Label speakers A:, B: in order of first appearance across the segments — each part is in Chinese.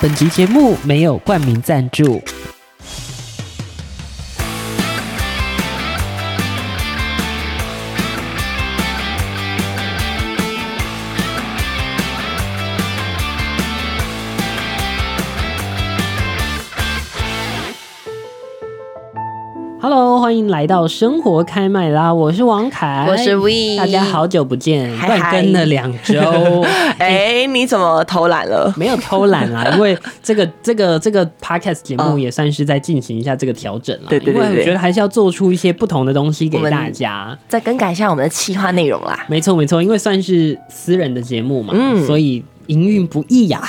A: 本集节目没有冠名赞助。Hello，欢迎来到生活开麦啦！我是王
B: 哎
A: 凯，
C: 我是 We
A: 大家好久不见，
C: 嗨
A: 断更了两 周。
C: 哎、你怎么偷懒了？
A: 没有偷懒啦，因 为这个这个这个 podcast 节目
C: 嗯
A: 也算是在进行一下这个调整啦。
C: 对对对
A: 因为我
C: 对
A: 觉得还是要做出一些不同的东西给
C: 我们
A: 大家。
C: 再更改一下我们的企划内容啦。
A: 没错没错，因为算是私人的节目嘛，
C: 嗯
A: 所以营运不易 呀、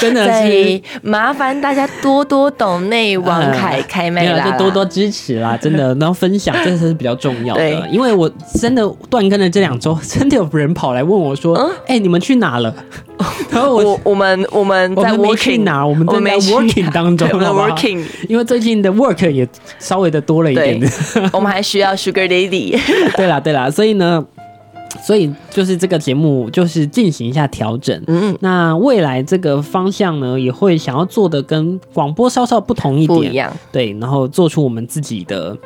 A: 真的是
C: 对，麻烦大家多多懂内王凯开麦
A: 呃没有
C: 啦，
A: 就多多支持啦，真 的，然后分享这是比较重要的，
C: 对
A: 因为我真的断更了这两周， 真的有人跑来问我
C: 嗯
A: 说：“哎、你们去哪了？”然后我
B: 我我们我们
A: 我
B: 在
A: 们
B: working，
A: 没去哪，我们正在
B: 没去
A: working 当中，
B: 对我们
A: 好不好
B: working，
A: 因为最近的 work 也稍微的多了一点 点。
B: 我们还需要 Sugar Daddy。
A: 对啦，对啦，所以呢，所以就是这个节目就是进行一下调整。嗯，那未来这个方向呢，也会想要做的跟广播稍稍不同一点，
C: 不一 样。
A: 对，然后做出我们自己的。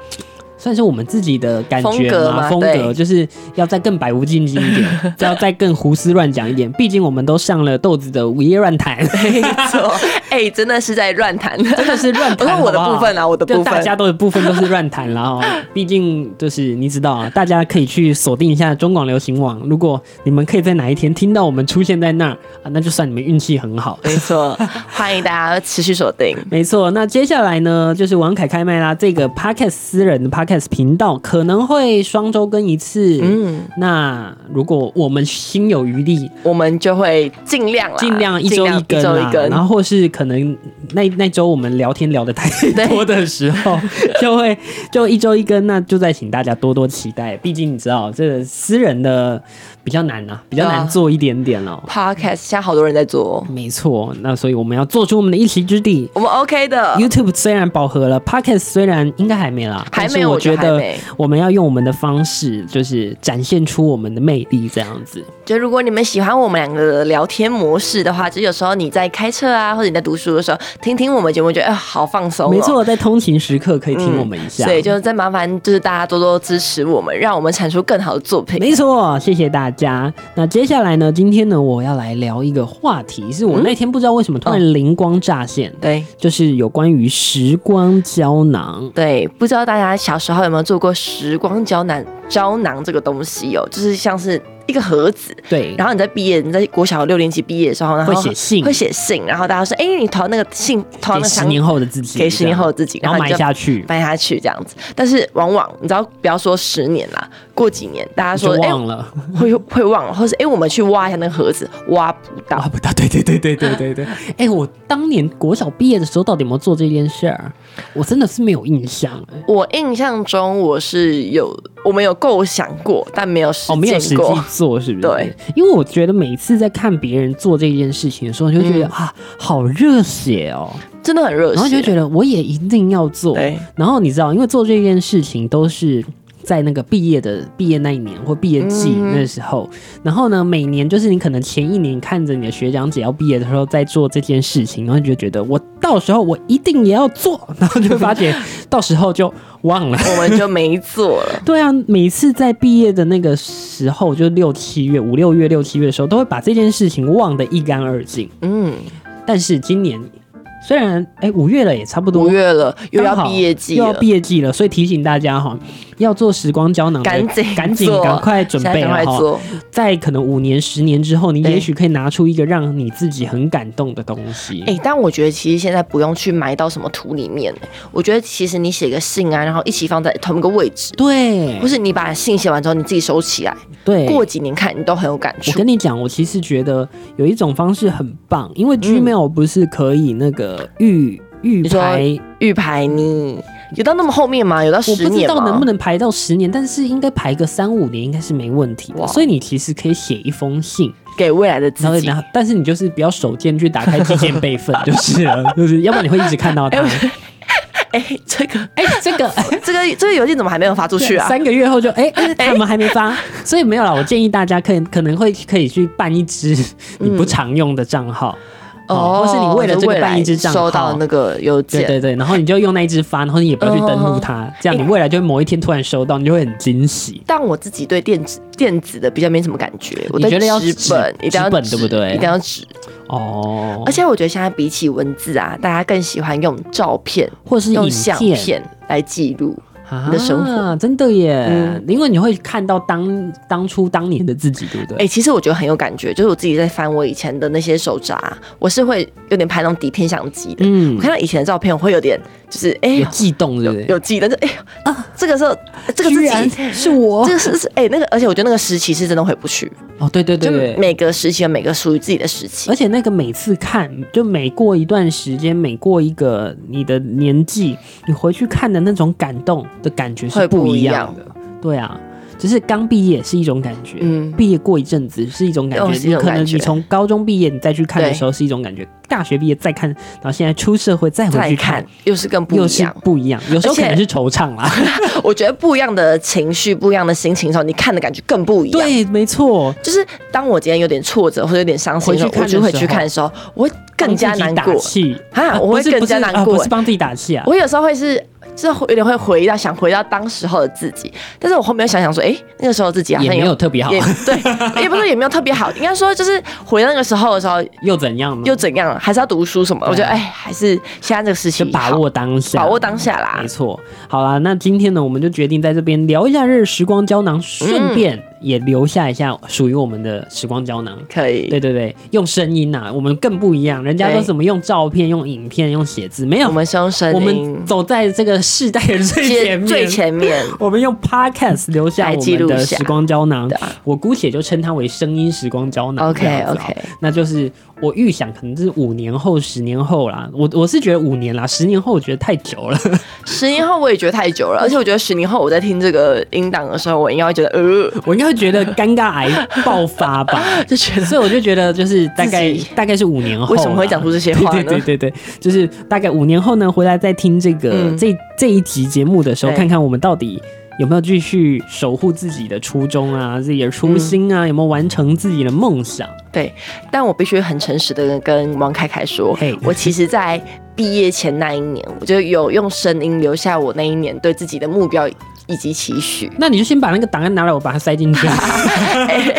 A: 算是我们自己的感
C: 风
A: 觉
C: 格
A: 嘛，
C: 嘛
A: 风格
C: 对
A: 就是要再更百无禁忌一 点，要再更胡思乱讲一点。毕竟我们都上了豆子的午夜乱 谈，
B: 没错，
C: 哎、真的是在乱谈，
A: 真 的是乱
B: 我
A: 谈。
B: 说我的
A: 好不好
B: 部分啊，我的
A: 就
B: 部
A: 大家
B: 分。
A: 都有部分都是乱谈啦哦，毕竟就是你知道啊，大家可以去锁定一下中广流行网。如果你们可以在哪一天听到我们出现在那儿啊，那就算你们运气 很好。
C: 没错，
B: 欢迎大家持续锁定。
A: 没错，那接下来呢，就是王凯开麦啦。这个 podcast 私人的 podcast 频道可能会双周更一次。嗯，那如果我们心有余力，
B: 我们就会尽量啦，
A: 尽量一周
B: 尽量
A: 一根
B: 周
A: 啦
B: 一，根
A: 然后或是可能那那周我们聊天聊的太多的时候，就会就一周一根，那就再请大家多多期待。毕竟你知道，这个私人的比较难啊，比较
B: 对
A: 难
B: 啊
A: 做一点点哦。
B: Podcast 现在好多人在做哦，
A: 没错，那所以我们要做出我们的一席之地。
B: 我们 OK 的。
A: YouTube 虽然饱和了，Podcast 虽然应该还没啦，
B: 还没
A: 但是我
B: 我觉
A: 觉
B: 得还
A: 得
B: 没
A: 我们要用我们的方式，就是展现出我们的魅力，这样子。
C: 就如果你们喜欢我们两个的聊天模式的话，就是有时候你在开车啊，或者你在读书的时候，听听我们节目，觉得哎、好放松、哦。
A: 没，错，在通勤时刻可以听
B: 嗯
A: 我们一下。
C: 所以就再麻烦就是大家多多支持我们，让我们产出更好的作品。
A: 没错，谢谢大家。那接下来呢？今天呢，我要来聊一个话题，是我那天不知道为什么突然灵光乍现，
C: 对
A: 就是有关于时光胶囊。
C: 对，不知道大家小时候有没有做过时光胶囊胶囊这个东西哦，就是像是一个盒子，
A: 对，
C: 然后你在毕业，你在国小六年级毕业的时候，然后
A: 会写信
C: 会写信，然后大家说，哎、你投那个信，投那
A: 给
C: 个
A: 十
C: 箱，
A: 年后的自己，
C: 给十年后的自己，
A: 这样，然后
C: 你
A: 埋
C: 就
A: 下去，
C: 搬下去这样子。但是往往你知道，不要说十年啦，过几年大家
A: 就
C: 说，哎、
A: 忘了，
C: 会会忘了，或是哎、我们去挖一下那个盒子，挖不到
A: 啊，。不到，对对对对对对对。哎、我当年国小毕业的时候，到底有没有做这件事儿？我真的是没有印象、哎
C: 我印象中我是有，我们有构想过，但没有实
A: 哦，没有实
C: 践
A: 际
C: 过。
A: 做是不是？
C: 对，
A: 因为我觉得每次在看别人做这件事情的时候，你就觉得、
C: 嗯
A: 啊，好热血哦。
C: 真的很热血，
A: 然后就觉得我也一定要做。
C: 对，
A: 然后你知道，因为做这件事情都是。在那个毕业的毕业那一年或毕业季那时候，然后呢，每年就是你可能前一年看着你的学长姐要毕业的时候在做这件事情，然后你就觉得我到时候我一定也要做， 然后就发觉到时候就忘了。
C: 我们就没做了。
A: 对啊，每次在毕业的那个时候，就六七月、五六月、六七月的时候，都会把这件事情忘得一干二净。
C: 嗯，
A: 但是今年虽然哎五月了，也差不 多
C: 五月了，又要
A: 刚好
C: 毕业季
A: 又要
C: 了，
A: 毕业季了，所以提醒大家哈，要做时光胶囊的，
C: 赶紧
A: 赶紧
C: 做
A: 赶快准
C: 现在
A: 备
C: 赶
A: 了
C: 快
A: 哈。
C: 做。
A: 在可能五年、十年之后，你
C: 对
A: 也许可以拿出一个让你自己很感动的东西。
C: 哎、但我觉得其实现在不用去埋到什么土里面、欸我觉得其实你写个信啊，然后一起放在同一个位置，
A: 对
C: 不，是你把信写完之后你自己收起来，
A: 对，
C: 过几年看你都很有感
A: 我
C: 触。
A: 跟你讲，我其实觉得有一种方式很棒，因为
C: 嗯
A: Gmail 不是可以那个预预
C: 你说
A: 排，
C: 玉牌你有到那么后面吗？有到
A: 我
C: 十
A: 不知
C: 年
A: 道
C: 吗？
A: 能不能排到十年，但是应该排个三五年应该是没问题的。
C: 哇
A: 所以你其实可以写一封信，
C: 给未来的
A: 然后
C: 自己
A: 然？后，但是你就是不要手贱去打开寄件备份就是了，就是要不然你会一直看到它。
C: 哎、这个
A: 哎、这个。
C: 这个这个邮件怎么还没有发出去 啊？
A: 三个月后就哎哎、他们还没发，所以
C: 嗯
A: 没有啦。我建议大家可以可能会可以去办一支你不常用的账号，哦，或是你为了这个办一支账
C: 就未
A: 号，
C: 来收到那个邮
A: 对
C: 件，
A: 对对，然后你就用那一支发，然后你也不要去登录它，
C: 哦
A: 这样你未来就会某一天突然收到，你就会很惊喜。
C: 但我自己对电子电子的比较没什么感觉，我对
A: 觉得要
C: 纸
A: 纸
C: 本一定要
A: 纸本对不对
C: 一定要纸，
A: 哦，
C: 而且我觉得现在比起文字啊，大家更喜欢用照片、
A: 或是
C: 用
A: 哦影
C: 相
A: 片
C: 片来记录。
A: 啊
C: 你的生活
A: 真的耶，
C: 嗯
A: 因为你会看到当当初当年的自己，对不对？
C: 哎、其实我觉得很有感觉，就是我自己在翻我以前的那些手札，啊我是会有点拍那种底片相机的。
A: 嗯
C: 我，看到以前的照片，我会有点就是哎、
A: 有
C: 呦
A: 悸动，对不对？
C: 有记忆，但是哎、呦啊，这个时候这个自
A: 居然
C: 己。
A: 是我
C: 这个是是哎、那个，而且我觉得那个时期是真的回不去，
A: 哦，对对对
C: 就
A: 对。
C: 每个时期有每个属于自己的时期
A: 而。且那个每次看，就每过一段时间，每过一个你的年纪，你回去看的那种感动的感觉是
C: 会不
A: 不
C: 一
A: 一
C: 样
A: 样的。对啊，就是刚毕业是一种感觉，
C: 嗯
A: 毕业过一阵子是一种感
C: 又
A: 觉，
C: 是一
A: 你
C: 种
A: 可能
C: 感觉
A: 你从高中毕业你再去看的
C: 对
A: 时候是一种感觉，大学毕业再看，然后现在出社会再回
C: 再
A: 去
C: 看
A: 看。
C: 又是更不
A: 又
C: 一
A: 是
C: 样，
A: 不一样，有时候
C: 而且
A: 可能是惆怅啦。
C: 我觉得不一样的情绪、不一样的心情的时候，你看的感觉更不一样。
A: 对，没错，
C: 就是当我今天有点挫折或者有点伤心的时候，
A: 回去看
C: 我
A: 的时
C: 就
A: 候
C: 会去看的时候，我会更加难
A: 帮自己
C: 过
A: 打气
C: 啊！我
A: 不
C: 会
A: 是
C: 更
A: 不是
C: 加难
A: 啊
C: 过
A: 不是。帮自己打气啊。
C: 我有时候会是，就是有点会回到想回到当时候的自己，但是我后面又想想说，哎、那个时候自己好
A: 也
C: 像
A: 没有特别好啊
C: 也，对， 也不是也没有特别好，应该说就是回到那个时候的时候
A: 又怎样呢？
C: 又怎样，还是要读书什么？我觉得哎、还是现在这个时期
A: 啊就把
C: 好
A: 握当下，
C: 把握当下啦
A: 没。错，好啦，那今天呢，我们就决定在这边聊一下日时光胶囊，
C: 嗯
A: 顺便也留下一下属于我们的时光胶囊。
C: 可以，
A: 对对对，用声音呐、我们更不一样，人家
C: 对
A: 都怎么用照片、用影片、用写字，没有，
C: 我们是用声
A: 我
C: 音
A: 们走在这个世代的最
C: 接
A: 前面，
C: 最 前面，
A: 我们用 podcast 留下
C: 来
A: 我
C: 记
A: 们
C: 录
A: 的
C: 下
A: 时光胶囊
C: 对啊，
A: 我姑且就称它为声音时光胶囊。
C: OK，
A: 这样子好啊
C: OK
A: 那就是我预想可能是五年后、十年后啦，我我是觉得五年啦，十年后我觉得太久了。
C: 十年后我也觉得太久了，而且我觉得十年后我在听这个音档的时候，我应该会觉得呃，
A: 我应该会觉得尴尬癌爆发吧，
C: 就觉得
A: 所以我就觉得就是大概
C: 自己
A: 大概是五年后啦，
C: 为什么会讲出这些话呢
A: 对对对对，就是大概五年后呢，回来再听这个、
C: 嗯
A: 这这一集节目的时候，
C: 对
A: 看看我们到底。有没有继续守护自己的初衷啊，自己的
C: 嗯
A: 初心啊？有没有完成自己的梦想？
C: 对。但我必须很诚实的跟王凯凯说
A: 嘿，。
C: 我其实，在毕业前那一年，我就有用声音留下我那一年对自己的目标以及期许
A: 那你就先把那个档案拿来，我把它塞进去，
C: 哎、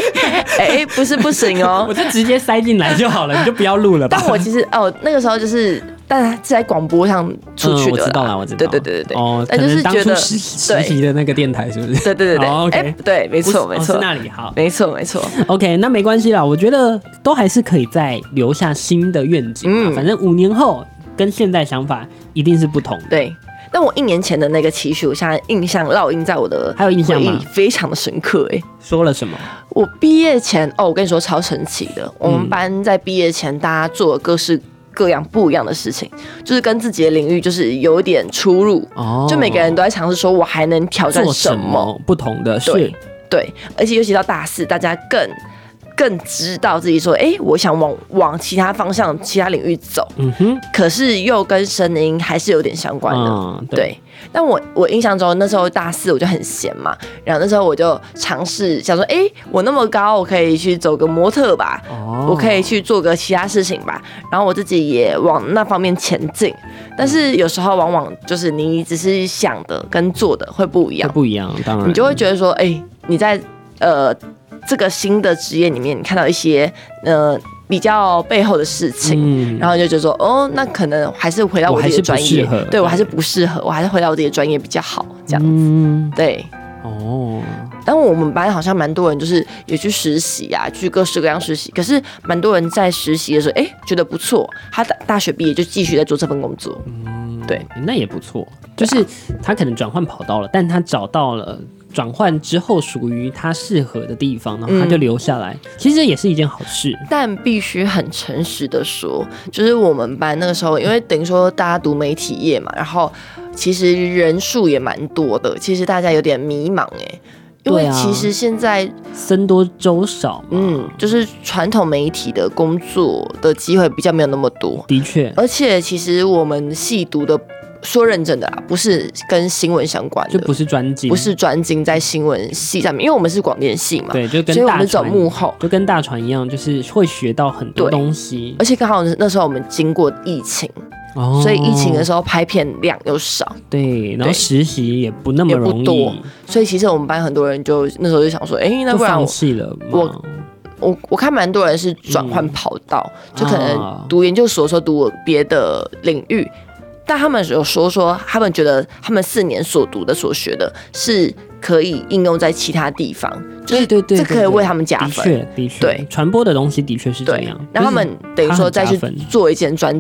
C: 哎不是不行哦
A: 我。就直接塞进来就好了，你就不要录了吧。
C: 但我其实哦，那个时候就是，但是在广播上出去
A: 嗯，我
C: 的啦、
A: 知道了，我知道。
C: 对对对对对。
A: 哦，可
C: 但就是
A: 能当
C: 觉
A: 初
C: 得
A: 实实
C: 对
A: 习的那个电台是不是？
C: 对对对对，哎、
A: 哦，OK
C: 对，没错
A: 不
C: 没
A: 是
C: 错
A: 哦是，那里好。
C: 没错没错，
A: OK，那没关系啦，我觉得都还是可以再留下新的愿景嘛。
C: 嗯
A: 反正五年后跟现在想法一定是不同的。
C: 对。但我一年前的那个期许，我现在印象烙印在我的
A: 还有印象吗
C: 回忆非常的深刻哎、
A: 说了什么？
C: 我毕业前哦，我跟你说超神奇的，我
A: 嗯
C: 们班在毕业前大家做了各式各样不一样的事情，就是跟自己的领域就是有点出入，
A: 哦
C: 就每个人都在尝试说我还能挑战
A: 做
C: 什
A: 什
C: 么，
A: 么不同的事
C: 对？对，而且尤其到大四，大家更。更知道自己说，哎、我想往往其他方向、其他领域走，
A: 嗯哼，
C: 可是又跟声音还是有点相关的。
A: 嗯，对，
C: 对，但我我印象中那时候大四我就很闲嘛，然后那时候我就尝试想说，哎、我那么高，我可以去走个模特吧，
A: 哦
C: 我可以去做个其他事情吧，然后我自己也往那方面前进。但是有时候往往就是你只是想的跟做的会不一
A: 这
C: 样，
A: 不一样，当然
C: 你就会觉得说，哎、你在呃这个新的职业里面，你看到一些呃比较背后的事情，
A: 嗯，
C: 然后就觉得说，哦，那可能还是回到我自己的专业
A: 我还是不适合，
C: 对我还是不适合，我还是回到我自己的专业比较好，这样。
A: 嗯，
C: 对，
A: 哦，
C: 但我们班好像蛮多人就是也去实习啊，去各式各样实习。可是蛮多人在实习的时候，哎、觉得不错，他大大学毕业就继续在做这份工作。
A: 嗯
C: 对
A: 诶那也不错。就是他可能转换跑道了，但他找到了。转换之后属于他适合的地方，然后他就留下
C: 嗯
A: 来，其实这也是一件好事。
C: 但必须很诚实的说，就是我们班那个时候，因为等于说大家读媒体业嘛，然后其实人数也蛮多的，其实大家有点迷茫哎、因
A: 对
C: 为
A: 啊
C: 其实现在
A: 僧多粥少嘛，
C: 嗯，就是传统媒体的工作的机会比较没有那么多，
A: 的确，
C: 而且其实我们系读的说认真的啦，不是跟新闻相关的，
A: 就不是专精，
C: 不是专精在新闻系上面，因为我们是广电系嘛，
A: 对，就跟
C: 所以我
A: 大
C: 们走
A: 船
C: 幕后。
A: 就跟大船一样，就是会学到很多
C: 对
A: 东西。
C: 而且刚好那时候我们经过疫情，
A: 哦
C: 所以疫情的时候拍片量又少，
A: 对，然后
C: 对
A: 实习也不那么
C: 也不
A: 容易，
C: 多所以其实我们班很多人就那时候就想说，哎、那
A: 就
C: 不然
A: 放
C: 我
A: 弃了嘛。
C: 我我我看蛮多人是
A: 嗯
C: 转换跑道，就可
A: 啊
C: 能读研究所的时候读别的领域，但他们有说说他们觉得他们四年所读的所学的是可以应用在其他地方，就是
A: 对对对
C: 这可以
A: 对
C: 为他们加
A: 的
C: 分。
A: 确的确，
C: 对
A: 传播的东西的确是这
C: 对
A: 样。，
C: 然后他
A: 就是
C: 们等于
A: 他
C: 说
A: 很
C: 再
A: 加
C: 去
A: 分
C: 做一件专，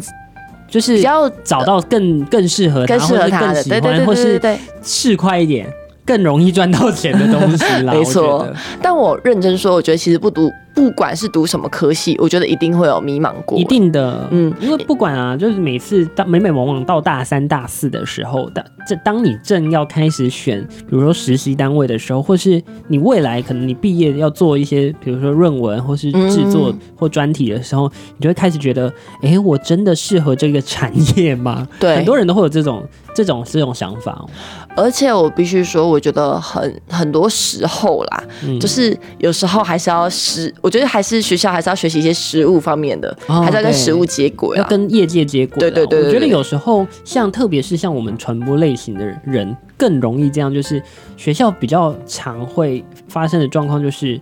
A: 就是
C: 比较
A: 找到更更适合他，
C: 更适合他
A: 或
C: 的，
A: 是更喜
C: 对
A: 欢，
C: 对对
A: 或
C: 对对
A: 是
C: 对。
A: 试快一点，更容易赚到钱的东西 啦。
C: 没
A: 我觉
C: 错
A: 得
C: 但我认真说，我觉得其实不读，不管是读什么科系，我觉得一定会有迷茫过，
A: 一定的，嗯
C: 嗯，
A: 因为不管啊，就是每次当每每往往到大三、大四的时候，当这当你正要开始选，比如说实习单位的时候，或是你未来可能你毕业要做一些，比如说论文或是制作
C: 嗯
A: 或专题的时候，你就会开始觉得，诶，我真的适合这个产业吗？
C: 对
A: 很多人都会有这种这种这种想法、哦，
C: 而且我必须说，我觉得很很多时候啦，
A: 嗯
C: 就是有时候还是要实，我觉得还是学校还是要学习一些实物方面的，
A: 哦
C: 还是要跟
A: 对
C: 实物接轨
A: 要
C: 啊。
A: 跟业界接轨啦。
C: 对对对对
A: 我觉得
C: 对
A: 有时候像，特别是像我们传播类型的人，更容易这样，就是学校比较常会发生的状况就是。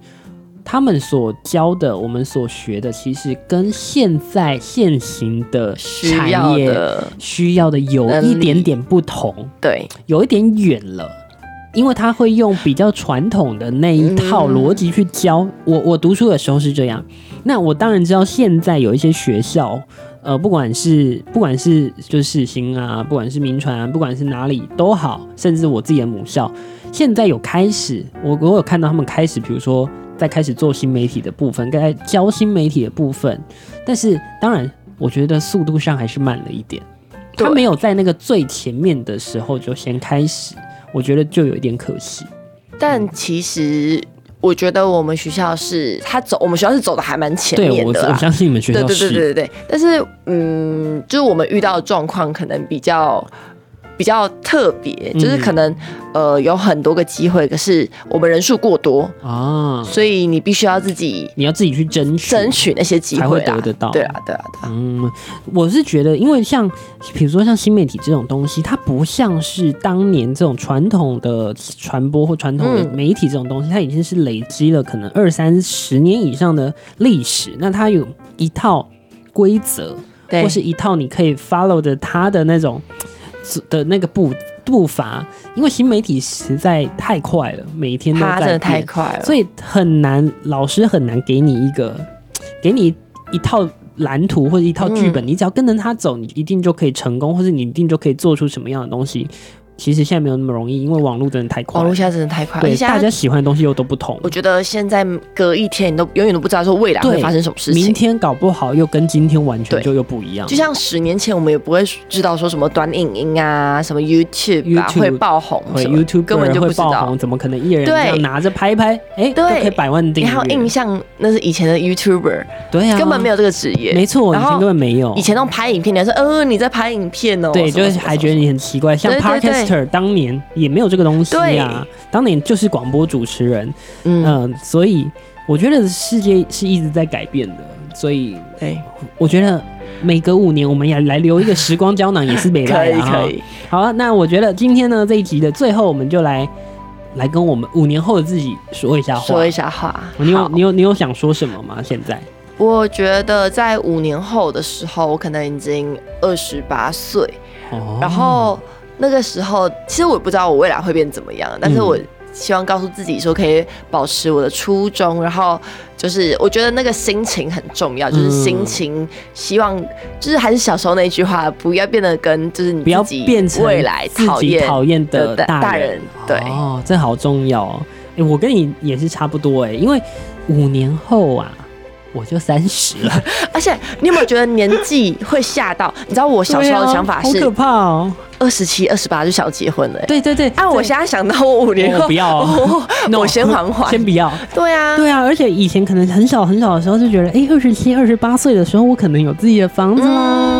A: 他们所教的，我们所学的，其实跟现在现行的
C: 需
A: 产
C: 要
A: 业
C: 的，
A: 需要的有
C: 能
A: 一
C: 力
A: 点点不同，
C: 对
A: 有一点远了，因为他会用比较传统的那一套逻辑去教、我。我读书的时候是这样，那我当然知道现在有一些学校，呃，不管是不管是就是世新啊，不管是民传啊，不管是哪里都好，甚至我自己的母校，现在有开始，我我有看到他们开始，比如说在开始做新媒体的部分，该教新媒体的部分，但是当然。我觉得速度上还是慢了一点，他
C: 对
A: 没有在那个最前面的时候就先开始，我觉得就有一点可惜。嗯
C: 但其实我觉得我们学校是，他走，我们学校是走的还蛮前
A: 对
C: 面
A: 我，
C: 的
A: 我
C: 啦。
A: 相信你们学
C: 对
A: 校
C: 对对
A: 是
C: 对对对，但是嗯，就是我们遇到的状况可能比较比较特别，就是
A: 嗯
C: 可能、呃有很多个机会，可是我们人数过多，
A: 啊，
C: 所以你必须要自己
A: 你要自己去争取。
C: 争取那些机会
A: 才
C: 啦
A: 会得得到
C: 对啊，对啊，对啊，
A: 嗯，我是觉得，因为像比如说像新媒体这种东西，它不像是当年这种传统的传播或传统的
C: 嗯
A: 媒体这种东西，它已经是累积了可能二三十年以上的历史，那它有一套规则，
C: 对
A: 或是一套你可以 follow 的它的那种的那个步步伐，因为新媒体实在太快了，每一天都
C: 他
A: 在
C: 真的太
A: 变
C: 快了，
A: 所以很难，老师很难给你一个，给你一套蓝图或者一套剧本，你只要跟着他走，你一定就可以成功，或者你一定就可以做出什么样的东西。其实现在没有那么容易，因为网络啊真的太快
C: 网络
A: 了，
C: 现在真的太快了，
A: 对
C: 而且
A: 大
C: 大
A: 家
C: 家
A: 喜欢的东西又都不同
C: 我。觉得现在隔一天你都永远都不知道说未来会
A: 对
C: 发生什么事
A: 明
C: 情。
A: 天搞不好又跟今天完全
C: 对
A: 就又不一样
C: 就。像十年前，我们也不会知道说什么短影音啊、什么 YouTube 啊
A: YouTube，
C: 会爆红
A: 会
C: 什么
A: YouTube
C: 根本就不
A: 会
C: 知
A: 爆
C: 道
A: 红，。怎么可能艺人这样
C: 对
A: 拿着拍一拍，哎，都
C: 对
A: 可以百万订
C: 你
A: 阅？
C: 还有印象，那是以前的 YouTuber，
A: 对啊，
C: 根本没
A: 有，
C: 有这个职业。
A: 没错，以
C: 然
A: 前
C: 后
A: 根本没有
C: 以。前那种拍影片，你还说，呃，你在拍影片哦，
A: 对，
C: 什么
A: 就是
C: 什么
A: 还
C: 什么
A: 觉得你很奇怪，像
C: 对对对
A: podcaster 当年也没有这个东西啊，当年就是广播主持人，
C: 嗯，
A: 嗯、所以我觉得世界是一直在改变的，所以
C: 对，
A: 我觉得每隔五年我们也来留一个时光胶囊也是美
C: 可
A: 白
C: 以
A: 的哈
C: 可。以，
A: 好啊，那我觉得今天呢这一集的最后，我们就来来跟我们五年后的自己说一下话
C: 说。一下话。
A: 你有
C: 好
A: 你有你有想说什么吗？现在
C: 我觉得在五年后的时候，我可能已经二十八岁，
A: 哦
C: 然后那个时候，其实我也不知道我未来会变怎么样，但是我
A: 嗯
C: 希望告诉自己说，可以保持我的初衷，然后就是我觉得那个心情很重要，就是
A: 嗯
C: 心情，希望就是还是小时候那句话，不要变得跟就是你
A: 不要
C: 自己
A: 变成
C: 未来
A: 自
C: 讨
A: 己
C: 厌
A: 讨厌的
C: 的
A: 大
C: 大
A: 人。
C: 大人对
A: 哦，这好重要哦。哎、我跟你也是差不多哎、因为五年后啊，我就三十了。
C: 而且你有没有觉得年纪会吓到？你知道我 小时候的想
A: 对
C: 法
A: 啊好
C: 是
A: 可怕哦。
C: 二十七、二十八就想要结婚了、欸。
A: 对对对，
C: 按我
A: 对
C: 现在想到我五年后，
A: 我不要哦
C: 我先缓缓
A: 先不要。
C: 对啊，
A: 对啊，而且以前可能很小很小的时候就觉得，哎、2二十七、二十八岁的时候，我可能有自己的房子啦，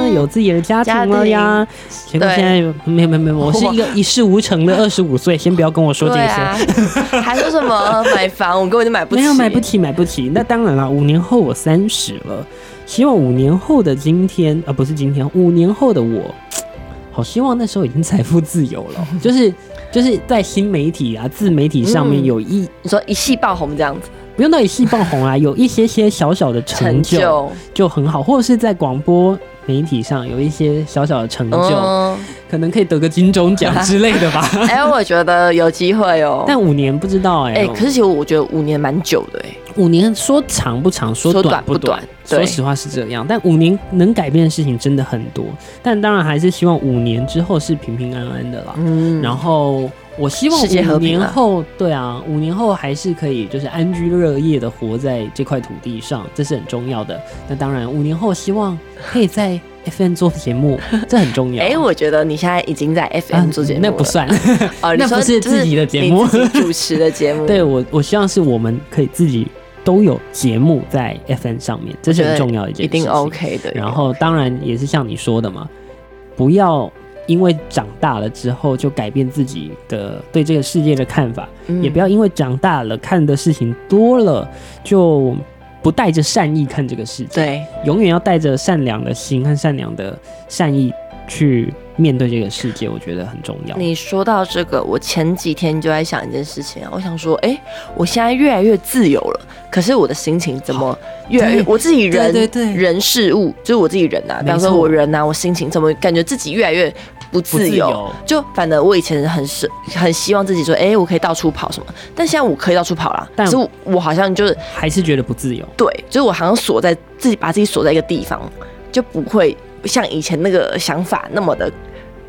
C: 嗯
A: 啦，有自己的家庭了呀。结果
C: 对
A: 现在没有没有没有，我是一个一事无成 的二十五岁，先不要跟我说这
C: 对
A: 些。
C: 啊， 还说什么买房，我根本就买不起，
A: 没有买不起，买不起。那当然了，五年后我三十了，希望五年后的今天，呃，不是今天，五年后的我，好希望那时候已经财富自由了 哦，就是就是在新媒体啊、自媒体上面
C: 嗯
A: 有一、
C: 你说一系爆红这样子，
A: 不用到一夕爆红啊，有一些些小小的成
C: 成
A: 就
C: 就，
A: 就很好，或者是在广播媒体上有一些小小的成就，
C: 嗯，
A: 可能可以得个金钟奖之类的 吧。
C: 哎，我觉得有机会哦。
A: 但五年不知道哎、
C: 哎、可是其实我觉得五年蛮久的哎、
A: 五年说长不长，说
C: 说
A: 短
C: 短
A: 不
C: 不
A: 短
C: 短。
A: 说
C: 对
A: 实话是这样，但五年能改变的事情真的很多。但当然还是希望五年之后是平平安安的啦。
C: 嗯，
A: 然后我希望
C: 世界
A: 五
C: 和平
A: 年
C: 啊
A: 后，对啊，五年后还是可以就是安居乐业的活在这块土地上，这是很重要的。那当然，五年后希 望可以在 FM 做节目，这很重要。
C: 哎、我觉得你现在已经在
A: 啊
C: FM 做节目了、
A: 那不算，
C: 哦，你
A: 那
C: 说
A: 不是
C: 就是
A: 自己的节目
C: 你自己主持的节目，
A: 对我我希望是我们可以自己都有节目在 FM 上面，这是很重要的一件
C: 一
A: 事情。
C: 定 OK 的。
A: 然后当然也是像你说的嘛，不要因为长大了之后就改变自己的对这个世界的看法，
C: 嗯
A: 也不要因为长大了看的事情多了就不带着善意看这个世界，
C: 对，
A: 永远要带着善良的心和善良的善意去面对这个世界，我觉得很重要。
C: 你说到这个，我前几天就在想一件事情啊，我想说，哎、我现在越来越自由了，可是我的心情怎么越来越
A: 对
C: 我自己人
A: 对对对
C: 人事物，就是我自己人啊，
A: 没
C: 比方说
A: 错
C: 我人啊，我心情怎么感觉自己越来越不
A: 不
C: 自由？就反正我以前很是很希望自己说，哎、我可以到处跑什么，但现在我可以到处跑啦，
A: 但
C: 但是我我好像就是
A: 还是觉得不自由。
C: 对，就是我好像锁在自己把自己锁在一个地方，就不会像以前那个想法那么的
A: 哦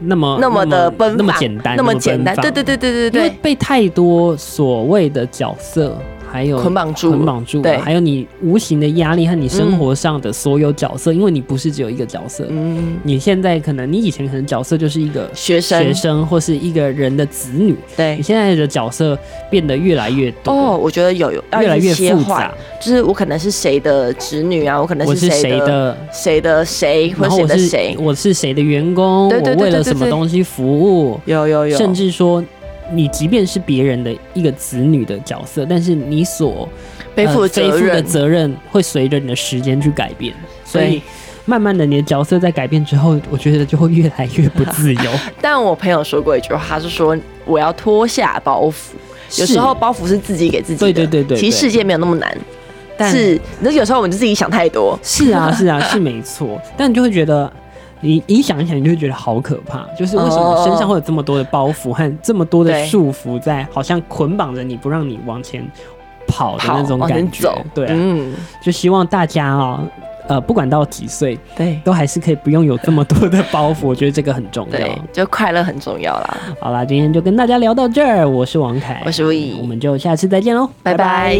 A: 那么
C: 那么的奔放，
A: 那么简单，
C: 那么简单，
A: 奔放
C: 对对对对对
A: 因为
C: 对，
A: 被太多所谓的角色还有
C: 捆绑住，
A: 捆绑住了，
C: 对
A: 还有你无形的压力和你生活上的所有角色，因为你不是只有一个角色，
C: 嗯，
A: 你现在可能你以前可能角色就是一个
C: 学生，
A: 学生或是一个人的子女，你
C: 对。
A: 现在的角色变得越来越多。
C: 哦，我觉得有有要
A: 越来
C: 一直
A: 越
C: 切
A: 复
C: 换
A: 杂，，
C: 就是我可能是谁的侄女啊，我可能
A: 我是谁
C: 谁的
A: 的？
C: 谁的谁，或
A: 然
C: 者
A: 后
C: 谁
A: 我
C: 的
A: 是
C: 谁，
A: 我是谁的员工？
C: 对对对
A: 我为了
C: 对对
A: 什么
C: 对
A: 东西服务？
C: 有有有，
A: 甚至说，你即便是别人的一个子女的角色，但是你所
C: 背负
A: 呃
C: 的责
A: 背负的
C: 任，
A: 责任会随着你的时间去改变，所以
C: 对
A: 慢慢的你的角色在改变之后，我觉得就会越来越不自由。
C: 但我朋友说过一句话，他是说我要脱下包袱，
A: 是
C: 有时候包袱是自己给自己的。
A: 对对对对对
C: 其实世界没有那么难，
A: 但
C: 是那有时候我们就自己想太多。
A: 是啊， 是啊，是没错，但你就会觉得。你你想一想，你就会觉得好可怕。就是为什么身上会有这么多的包袱和这么多的
C: 哦对
A: 束缚在，好像捆绑着你，不让你往前跑的那种
C: 往前
A: 感觉
C: 走。
A: 对啊、
C: 嗯，
A: 就希望大家啊、呃，不管到几岁，
C: 对
A: 都还是可以不用有这么多的包 袱。我觉得这个很重
C: 对
A: 要。，
C: 就快乐很重要啦。
A: 好啦，今天就跟大家聊到这儿，我是王凯，
C: 我是吴怡
A: 我们就下次再见喽，
C: 拜拜